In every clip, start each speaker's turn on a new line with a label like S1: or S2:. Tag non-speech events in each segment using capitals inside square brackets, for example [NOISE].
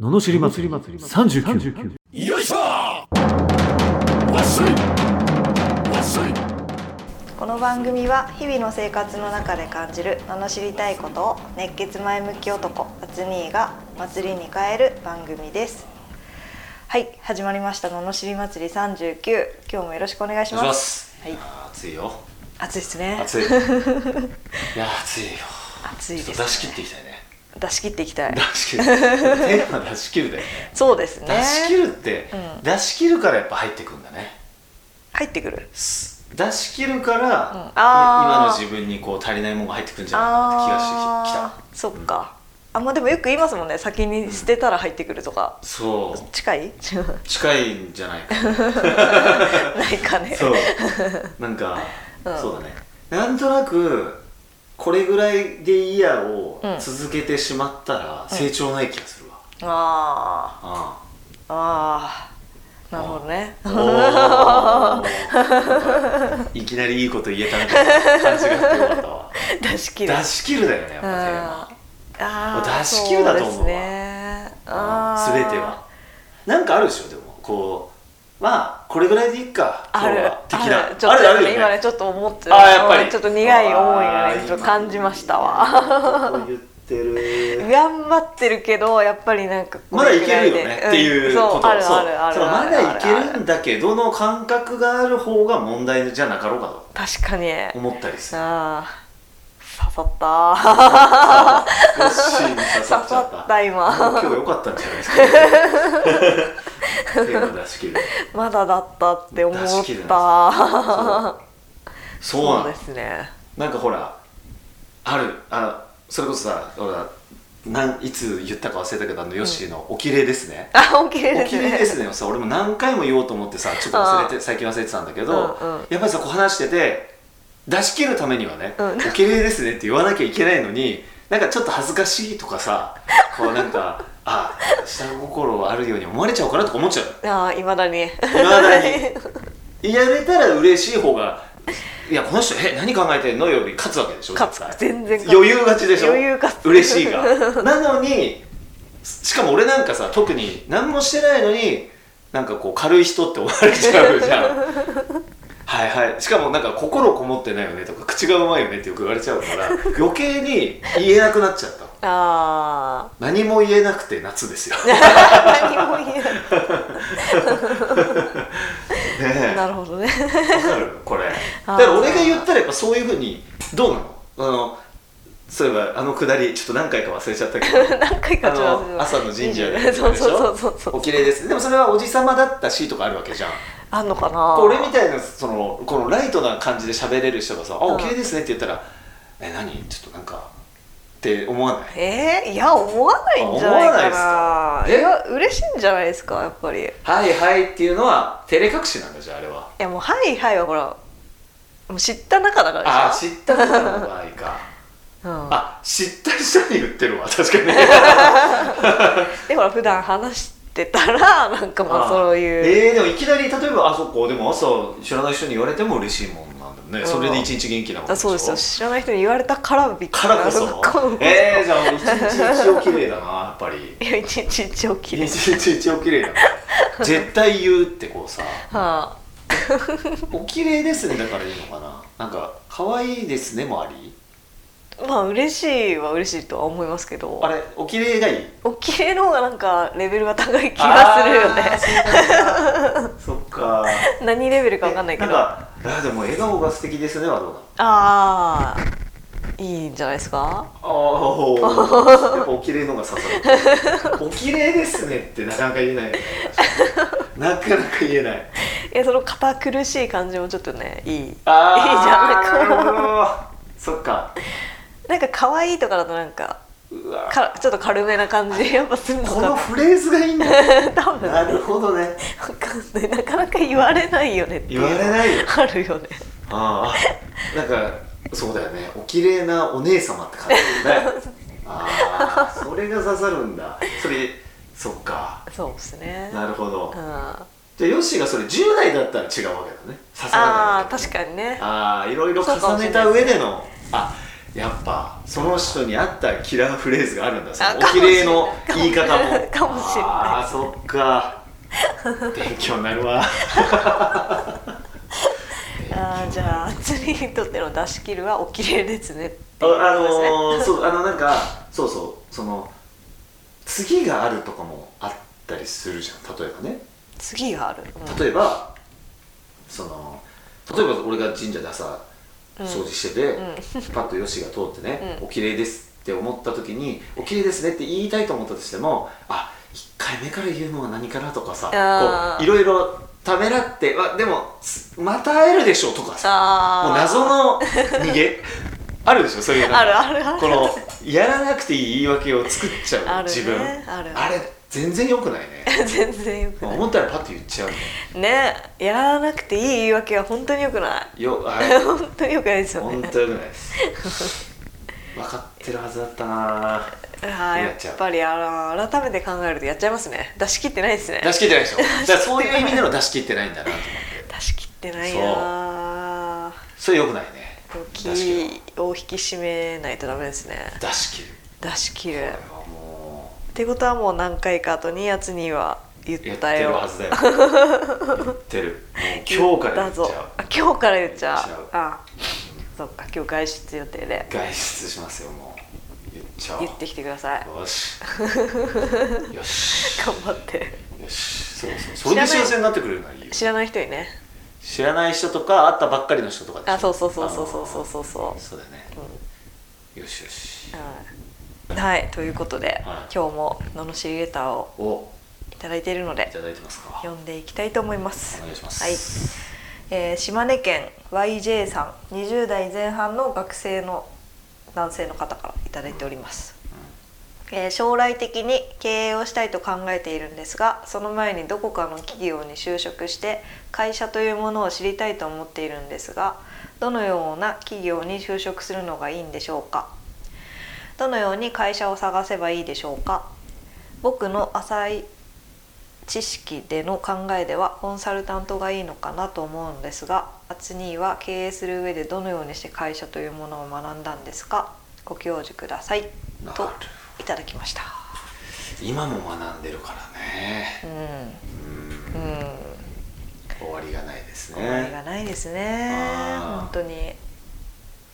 S1: ののしり祭り39
S2: よいしょわっしょいわっしょい
S3: この番組は日々の生活の中で感じる罵りたいことを熱血前向き男アツニーが祭りに変える番組ですはい始まりました罵り祭り39今日もよろしくお願いし
S2: お
S3: ます
S2: 願いします暑
S3: はい
S2: いよ
S3: 暑いですね
S2: 暑
S3: [LAUGHS]
S2: いいや暑いよ
S3: 暑い
S2: ちょっ
S3: です
S2: と出し切っていきたいね
S3: 出し切っていきた
S2: [LAUGHS]
S3: い
S2: 出し切るテーマ出し切るだよね
S3: そうですね
S2: 出し切るって、
S3: うん
S2: 出し切るからやっぱ入ってくんだね
S3: 入ってくる
S2: す出し切るから、
S3: うん
S2: い今
S3: あ
S2: の
S3: ー
S2: 自分にこう足りないものが入ってくんじゃないかなって気がしてき
S3: あ
S2: た
S3: あーそっかあんまあでもよく言いますもんね先に捨てたら入ってくるとか
S2: そう
S3: 近い [LAUGHS]
S2: 近いんじゃない [LAUGHS] かな
S3: ないかね [LAUGHS]
S2: そうなんか、
S3: うん
S2: そうだねなんとなくこれぐらいでいいやを
S3: うん
S2: 続けてしまったら成長ない気がするわ、
S3: あ
S2: あ
S3: あああなるほどね
S2: あおーなんかいきなりいいこと言えたみたいな感じがあってよかったわ
S3: 出し切る
S2: 出し切るだよねやっぱテーマ
S3: あーあー
S2: 出し切るだと思うわ
S3: そうですねあ
S2: す
S3: ー
S2: べてはなんかあるでしょでもこうまあこれぐらいでいいか
S3: あ
S2: 今日
S3: る
S2: は的
S3: あ
S2: な
S3: るちょっと
S2: あるよね
S3: 今ねちょっと思って
S2: あーやっぱり
S3: ちょっと苦い思いが
S2: あー
S3: ねちょっと感じまし
S2: [LAUGHS]
S3: たわ
S2: いいこと言ってる
S3: 頑張ってるけどやっぱりなんかこ
S2: まだ
S3: れ
S2: い
S3: く
S2: け
S3: ら
S2: る
S3: で
S2: よねっていうこと
S3: んそうある
S2: そう
S3: あるあ
S2: そ
S3: る
S2: のま
S3: ある
S2: だいけ
S3: あ
S2: る
S3: る
S2: んだけどの感覚がある方が問題じゃなかろうか
S3: 確かに
S2: と思ったりする
S3: あー刺さった
S2: よっしーに [LAUGHS] 刺さっち
S3: [LAUGHS] 刺
S2: ゃ
S3: さ
S2: っ
S3: ったた今
S2: もう今日良かったんじゃないですか手を出し切る
S3: [LAUGHS] まだだったって思っ
S2: 出
S3: た
S2: し切るなそうな
S3: そう
S2: の
S3: ですね
S2: なんかほらあるあそれこそさほらなんいつ言ったか忘れたけどあのヨッシーの「おきれいですね」
S3: あおきれい
S2: お
S3: です
S2: き
S3: ね
S2: れいです [LAUGHS] ねをさ俺も何回も言おうと思ってさちょっと忘れて最近忘れてたんだけど、
S3: うんうん
S2: やっぱりさこう話してて出し切るためにはね「
S3: うん
S2: おきれいですね」って言わなきゃいけないのになんかちょっと恥ずかしいとかさこうなんかあ下心あるように思われちゃうかなとか思っちゃう
S3: ああいまだに
S2: いまだにやれたら嬉しい方がいやこの人え何考えてんのより勝つわけでしょ
S3: 勝つ
S2: 絶対
S3: 全然勝つ
S2: 余裕勝ちでしょ
S3: 余裕勝つ
S2: 嬉しい
S3: [LAUGHS]
S2: がなのにしかも俺なんかさ特に何もしてないのになんかこう軽い人って思われちゃうじ
S3: [LAUGHS]
S2: ゃんはいはいしかもなんか心こもってないよねとか口がうまいよねってよく言われちゃうから余計に言えなくなっちゃった
S3: [LAUGHS] ああ
S2: 何も言えなくて夏です
S3: [LAUGHS]
S2: よね
S3: 何も言えな
S2: え
S3: いなるほどね [LAUGHS]
S2: わかるこれ
S3: あ
S2: だ
S3: ー
S2: から俺が言ったらやっぱそういうふうにどうなのあのそういえばあのくだりちょっと何回か忘れちゃったけ
S3: [LAUGHS]
S2: ど
S3: 何
S2: あ
S3: 回かちょっと忘れ
S2: の
S3: た
S2: 朝の神社でやる
S3: [LAUGHS] そう
S2: でし
S3: そう
S2: ょ
S3: そうそう
S2: お綺麗ですでもそれはおじさまだったしとかあるわけじゃん
S3: あんのかな
S2: 俺みたいなそのこのライトな感じで喋れる人がさ「あ
S3: うん
S2: お綺麗ですね」って言ったら「え何ちょっとなんか」って思わない
S3: えー、いや思わないんじゃないか
S2: あ思わない
S3: な
S2: ですかえ
S3: いや嬉しいんじゃないですかやっぱりい
S2: 「はいはい」っていうのは照れ隠しなんだじゃああれは
S3: やもう「はいはい」はほらもう知った中だからでしょ
S2: ああ知ったことの場合か
S3: [LAUGHS] うん、
S2: あ知った人に言ってるわ確か
S3: [LAUGHS]
S2: に
S3: でほら普段話してたらなんかまあそういう、
S2: えー、でもいきなり例えばあそこでも朝知らない人に言われても嬉しいもんなんだよね、
S3: うん
S2: それで一日元気なわけ
S3: あ
S2: でしょ
S3: そうですよ知らない人に言われたからびっくり
S2: からこ
S3: なんか
S2: そえー、じゃあ一日一応綺麗だなやっぱり
S3: いや一日一応き
S2: 一
S3: れい
S2: 日一応綺麗だな絶対言うってこうさ
S3: は
S2: 「お綺麗ですね」だからいいのかななんか「可愛いですね」もあり
S3: あ、まあ嬉しいは嬉しいとは思いますけど
S2: あれお綺麗がいい
S3: おきれいの方がなんかレベルが高い気がするよね
S2: ねそっか
S3: 何レベルか [LAUGHS] わかんないけ
S2: え
S3: どあ
S2: なんかあでも笑顔が素敵ですねはどうなの
S3: あーいいんじゃないですか
S2: ああ、 [LAUGHS] やっぱお綺麗のが刺さ [LAUGHS] る。お綺麗ですねってなかなか言えないよね。なかなか言えない。
S3: いやその堅苦しい感じもちょっとねいい
S2: あ
S3: いいじゃん
S2: ん。なるほどそっか。
S3: なんか可愛いとかだとなんか
S2: うわ
S3: かちょっと軽めな感じやっぱするの
S2: こ
S3: か
S2: の
S3: な
S2: フレーズがいいんだ。
S3: 多分
S2: なるほどね。
S3: わかんないなかなか言われないよねっていう
S2: 言われないよ
S3: あるよね
S2: ああ、なんかそうだよね。お綺麗なお姉様って感じだ [LAUGHS] よね。ああ、それが刺さるんだ。それ、そっか。
S3: そうですね
S2: なるほど
S3: うん。あ
S2: じゃあヨッシーがそれ10代だったら違うわけだね。刺さらないわ
S3: あ
S2: けだね
S3: 確かにね
S2: ああいろいろ重ねた上でのあやっぱその人に合ったキラーフレーズがあるんだそ
S3: あ
S2: の
S3: か
S2: お
S3: もし
S2: き
S3: れない
S2: れいの言い方も
S3: かもしれない
S2: あーそっか勉強になる
S3: [LAUGHS]
S2: わ
S3: あーじゃあ釣りにとっての出し切るはお綺麗ですねって
S2: あ
S3: いうこ
S2: あ
S3: とですね
S2: の
S3: [LAUGHS]
S2: ー、そうあのなんかそうそうその次があるとかもあったりするじゃん例えばね
S3: 次がある、うん
S2: 例えば、その例えば俺が神社で朝
S3: うん
S2: 掃除してて、
S3: うん
S2: パッとヨシが通ってね「
S3: うん
S2: お綺麗です」って思った時に「お綺麗ですね」って言いたいと思ったとしてもあ一1回目から言うのは何かなとかさ
S3: あー
S2: こういろいろためらって「わでもすまた会えるでしょ」とかさ
S3: あー
S2: もう謎の逃げ [LAUGHS] あるでしょそういうなんか
S3: あるあるある
S2: このやらなくていい言い訳を作っちゃ
S3: あ
S2: う
S3: るね
S2: 自分
S3: ある
S2: あれ全然良くないね
S3: [LAUGHS] 全然よくない
S2: 思ったらパッと言っちゃうね
S3: ねやらなくていい言い訳は本当によくない
S2: よあ
S3: [LAUGHS] 本当によくないですよ
S2: 本
S3: ね
S2: 当良くないです分かってるはずだったな
S3: あー
S2: や
S3: や
S2: っちゃう
S3: っぱりあの改めて考えるとやっちゃいますね出し切ってないですね
S2: 出し切って
S3: [LAUGHS]
S2: ないでしょだからそういう意味での出し切ってないんだなと思って
S3: 出し切ってないな
S2: それ良くないね
S3: 気
S2: 出し切
S3: を引き締めないとダメですね
S2: 出し切る
S3: 出し切
S2: こ
S3: る
S2: れはも
S3: ってことはもう何回か後にやつには言っ
S2: うやったてる
S3: よ
S2: はずだよ言ってるもう今日から言っちゃ
S3: 言た
S2: う
S3: ぞあ今日から言っちゃう
S2: 言っち
S3: あそっか今日外出予定で
S2: 外出しますよもう言っちゃおう
S3: 言ってきてください
S2: よ
S3: [LAUGHS]
S2: しよし
S3: 頑張って
S2: よしそうそうそれで幸せになってくれるならいいよ
S3: 知らない人にね
S2: 知らない人とか会ったばっかりの人とかでしょ
S3: あそうそうそうそうそうそうそうそう
S2: あーそうだよねよしよし
S3: うんはいということで、
S2: はい
S3: 今日も罵りレターを
S2: お
S3: いただいているので
S2: いただいてますか
S3: 読んでいきたいと思います
S2: お願いします
S3: はいえー島根県 YJ さん20代前半の学生の男性の方からいただいております、えー将来的に経営をしたいと考えているんですがその前にどこかの企業に就職して会社というものを知りたいと思っているんですがどのような企業に就職するのがいいんでしょうかどのように会社を探せばいいでしょうか僕の浅い知識での考えではコンサルタントがいいのかなと思うんですがアツニーは経営する上でどのようにして会社というものを学んだんですかご教授ください
S2: なるほ
S3: と
S2: ど
S3: いただきました
S2: 今も学んでるから
S3: う
S2: ね
S3: ん
S2: うん
S3: うん
S2: 終わりがないです
S3: 終わりが
S2: ね
S3: ないですね
S2: あー
S3: 本当に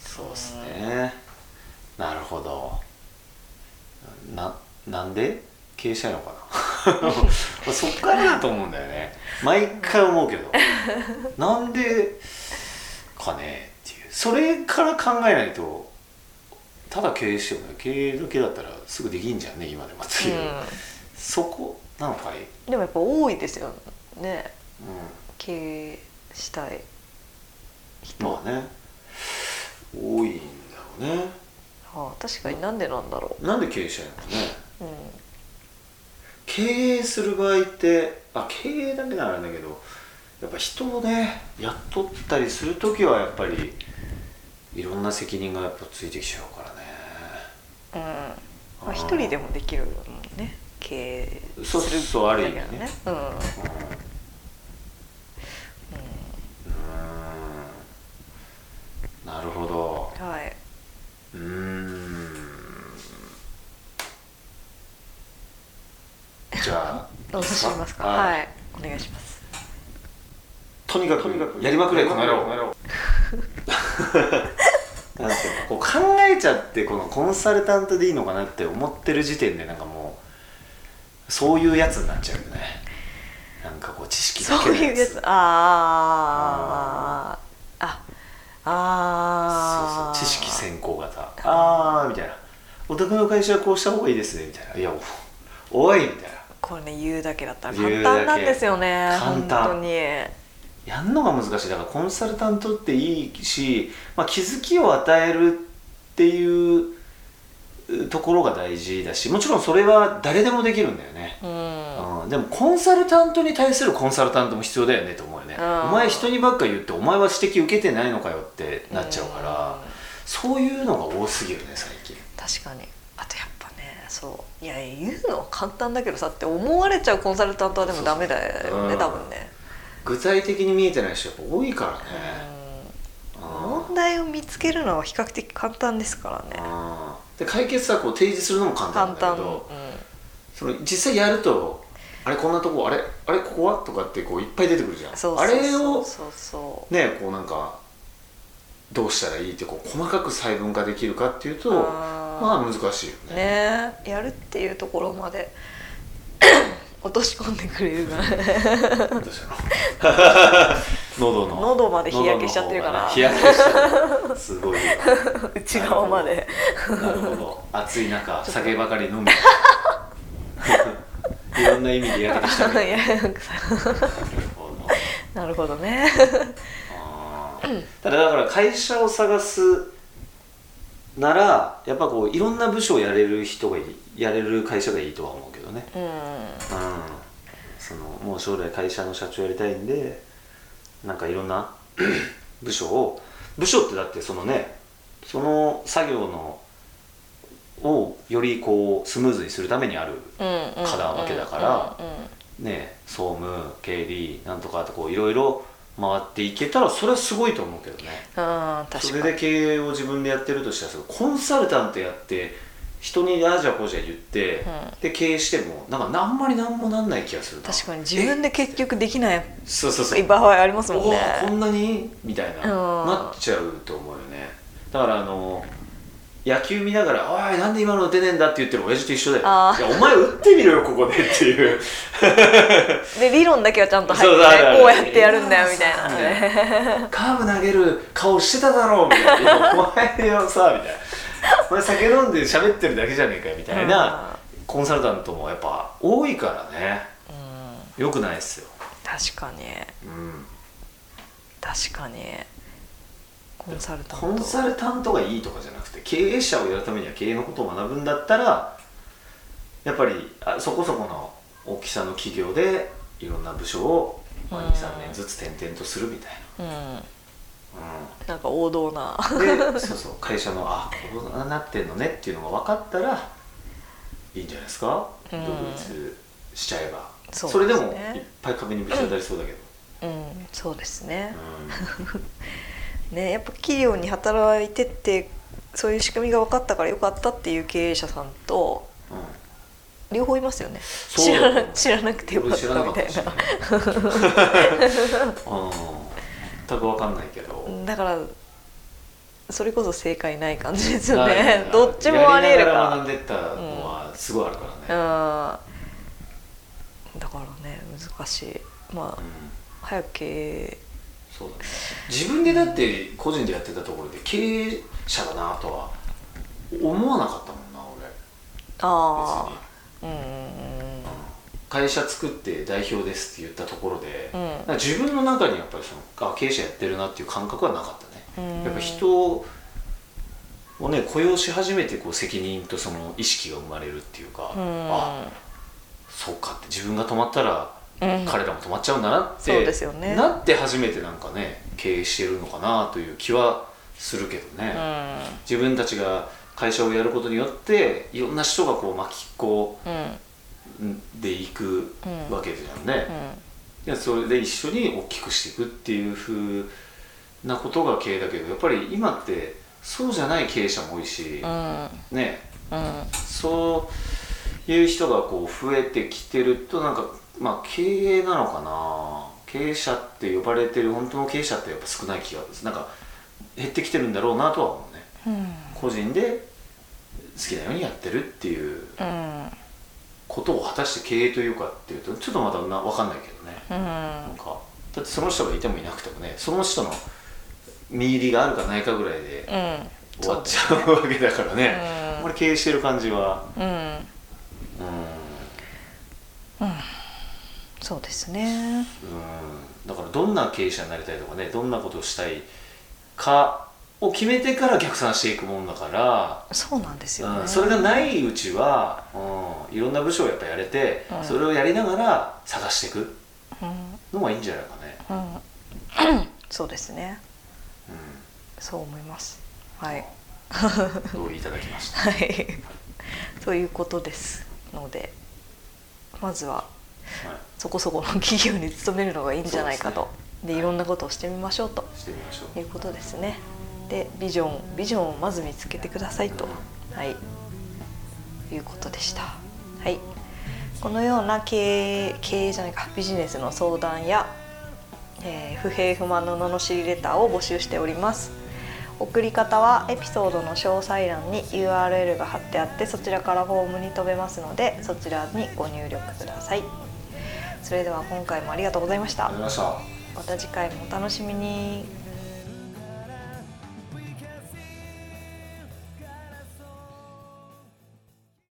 S2: そうですねなるほどななんで経営者のかな [LAUGHS] そっからだと思うんだよね毎回思うけどなんでかねっていうそれから考えないとただ経営してもね経営だけだったらすぐできんじゃんね今でもっていう、そこなのかい、うん、
S3: うんでもやっぱ多いですよね経営したい
S2: まあね多いんだろうね
S3: あー確かになんでなんだろ
S2: なんで経営者なのかね
S3: う、うん、
S2: 経営する場合ってあ経営だけならあれだけどやっぱ人をね雇ったりする時はやっぱりいろんな責任がやっぱついてきちゃうからね
S3: うんま
S2: うん
S3: あ、一人でもできるもんね経営
S2: そうそうそうある意味ね
S3: だけどうんうん
S2: うんうーんなるほど
S3: はい、
S2: うーんじゃあ
S3: どうしますか
S2: は
S3: はいい、お願いします
S2: とにかくやりまくれこの野郎なんていうのこう考えちゃってこのコンサルタントでいいのかなって思ってる時点でなんかもうそういうやつになっちゃうよねなんかこう知識だ
S3: そ
S2: け
S3: う
S2: の
S3: いうやつあーあああ
S2: そう
S3: ー
S2: そう知識先行型あーみたいなお宅の会社はこうした方がいいですねみたいないやおおいみたいな
S3: これね言うだけだったら
S2: 言う
S3: 簡
S2: だけ
S3: 単なんですよね
S2: 簡
S3: 本
S2: 単
S3: 当に
S2: やんのが難しいだからコンサルタントっていいし、まあ、気づきを与えるっていううところが大事だしもちろんそれは誰でもできるんだよね、
S3: うん
S2: うん、でもコンサルタントに対するコンサルタントも必要だよねと思うよね、
S3: うん
S2: お前人にばっか言ってお前は指摘受けてないのかよってなっちゃうから、
S3: うん
S2: そういうのが多すぎるね最近
S3: 確かにあとやっぱねそういや言うのは簡単だけどさって思われちゃうコンサルタントはでもダメだよね
S2: そうそううん
S3: 多分ね
S2: 具体的に見えてない人やっぱ多いからね、
S3: うん
S2: うん
S3: 問題を見つけるのは比較的簡単ですからね
S2: あーで解決策を提示するのも簡単な
S3: 簡
S2: んだけ
S3: 単、うん
S2: ど、その実際やるとあれこんなとこあれあれここはとかってこういっぱい出てくるじゃん
S3: そうそうそう
S2: あれを
S3: そうそう
S2: ねこうなんかどうしたらいいってこう細かく細分化できるかっていうと
S3: あ
S2: まあ難しいよ
S3: ー
S2: ね
S3: ねやるっていうところまで [COUGHS] 落とし込んでくれるから
S2: [LAUGHS] 私は [LAUGHS] 喉の
S3: 喉まで日焼けしちゃってるから、
S2: 喉の方がね日焼けしちゃってるすごいよ
S3: 内側まで
S2: なるほど暑い中酒ばかり飲
S3: [LAUGHS]
S2: む [LAUGHS] いろんな意味で焼けてきたね
S3: [LAUGHS] いや
S2: なるほど
S3: なるほどね
S2: あーただだから会社を探すならやっぱこういろんな部署をやれる人がいいやれる会社がいいとは思うけどね
S3: うん
S2: うんそのもう将来会社の社長やりたいんでなんかいろんな [COUGHS] 部署を部署ってだってそのねその作業のをよりこうスムーズにするためにある
S3: うんうん
S2: 課なわけだから
S3: うんうん
S2: ね総務経理なんとかってこういろいろ回っていけたらそれはすごいと思うけどね
S3: うん確かに
S2: それで経営を自分でやってるとしたらそのコンサルタントやって人にああじゃこうじゃ言って、
S3: う
S2: で経営してもなんかあんまりなんもなんない気がするな
S3: 確かに自分で結局できない
S2: えそうそうそう
S3: 場合ありますもんね
S2: おーこんなにみたいな、
S3: うん
S2: なっちゃうと思うよねだからあの野球見ながら「おいなんで今の出ねえんだ」って言ってる親父と一緒だよ
S3: あ
S2: 「い
S3: ー
S2: やお前打ってみろよここで」っていう
S3: で理論だけはちゃんと入
S2: そうそうあ
S3: っ
S2: る
S3: て
S2: あ
S3: ね
S2: る
S3: こうやってやるんだよみたいな
S2: カーブ投げる顔してただろうみたいな「いやお前よさ」みたいな「お前酒飲んで喋ってるだけじゃねえか」みたいなコンサルタントもやっぱ多いからね
S3: うん
S2: よくないっすよ、
S3: 確かに
S2: うん、
S3: 確かにコンサルタント
S2: コンサルタントがいいとかじゃなくて経営者をやるためには経営のことを学ぶんだったらやっぱりあそこそこの大きさの企業でいろんな部署を
S3: うん
S2: 23年ずつ転々とするみたい
S3: うん
S2: な、うん、
S3: なんか王道な [LAUGHS]
S2: でそうそう会社のあこうなってんのねっていうのが分かったらいいんじゃないですか
S3: う
S2: 独
S3: ん
S2: 立しちゃえば、
S3: そう
S2: それで
S3: で
S2: も
S3: すね
S2: いっぱい壁にぶち当たりそうだけど、
S3: うんそうですね
S2: う
S3: ねやっぱ企業に働いてってそういう仕組みが分かったからよかったっていう経営者さんと
S2: んうん
S3: 両方いますよね
S2: そう
S3: 知らな知らなくてよかった
S2: 知らなか
S3: み
S2: ったた
S3: い
S2: しね
S3: な
S2: [LAUGHS] うん全く分かんないけど、
S3: だからそれこそ正解ない感じです
S2: な
S3: よ
S2: んか
S3: ねどっちもありえる
S2: やりながら
S3: か
S2: 学んでったのはすごいあるからね、
S3: らうんだからね難しいまあ
S2: うん
S3: 早く経営
S2: そうだね自分でだって個人でやってたところで経営者だなとは思わなかったもんな俺
S3: あ
S2: 別に
S3: あうんうんうん
S2: 会社作って代表ですって言ったところで、
S3: うん
S2: なんか自分の中にやっぱりそのあ経営者やってるなっていう感覚はなかったね、
S3: うん
S2: やっぱ人をね雇用し始めてこう責任とその意識が生まれるっていうか、
S3: うん
S2: あそうかって自分が止まったら
S3: うん
S2: 彼らも止まっちゃうんだなって、
S3: そうですよね
S2: なって初めてなんかね経営してるのかなという気はするけどね、
S3: う
S2: 自分たちが会社をやることによっていろんな人がこう巻きこうん
S3: うん
S2: でいくわけじゃんね、
S3: う
S2: で
S3: ん
S2: それで一緒に大きくしていくっていう風なことが経営だけどやっぱり今ってそうじゃない経営者も多いし、
S3: うん
S2: ね
S3: うん
S2: そういう人がこう増えてきてるとなんかまあ経営なのかな経営者って呼ばれてる本当の経営者ってやっぱ少ない気がなんか減ってきてるんだろうなとは思うね
S3: うん
S2: 個人で好きなようにやってるっていう
S3: うん
S2: ことを果たして経営というかっていうとちょっとまだな分かんないけどねなんかだってその人がいてもいなくてもねその人の見入りがあるかないかぐらいで
S3: うん
S2: 終わっちゃうわけだからね
S3: うん
S2: あんまり経営してる感じは
S3: うん
S2: うん
S3: そうですね
S2: うんだからどんな経営者になりたいとかねどんなことをしたいかを決めてから逆算していくもんだから
S3: そうなんですよ
S2: う
S3: ね
S2: ん、それがないうちは、うん、いろんな部署をやっぱやれて、
S3: うん
S2: それをやりながら探していく
S3: うん
S2: のがいいんじゃないかね、
S3: うんそうですねそう思いますはい
S2: うん、同意いただきました
S3: はいということですのでまずは
S2: は
S3: そこそこの企業に勤めるのがいいんじゃないかとで,、いろんなことをしてみましょうと
S2: い、してみましょう
S3: いうことですねでビジョンビジョンをまず見つけてくださいとはいいうことでしたはいこのような経営経営じゃないかビジネスの相談や、えー不平不満の罵りレターを募集しております送り方はエピソードの詳細欄に URL が貼ってあってそちらからフォームに飛べますのでそちらにご入力くださいそれでは今回もありがとうございました
S2: りました
S3: また次回もお楽しみに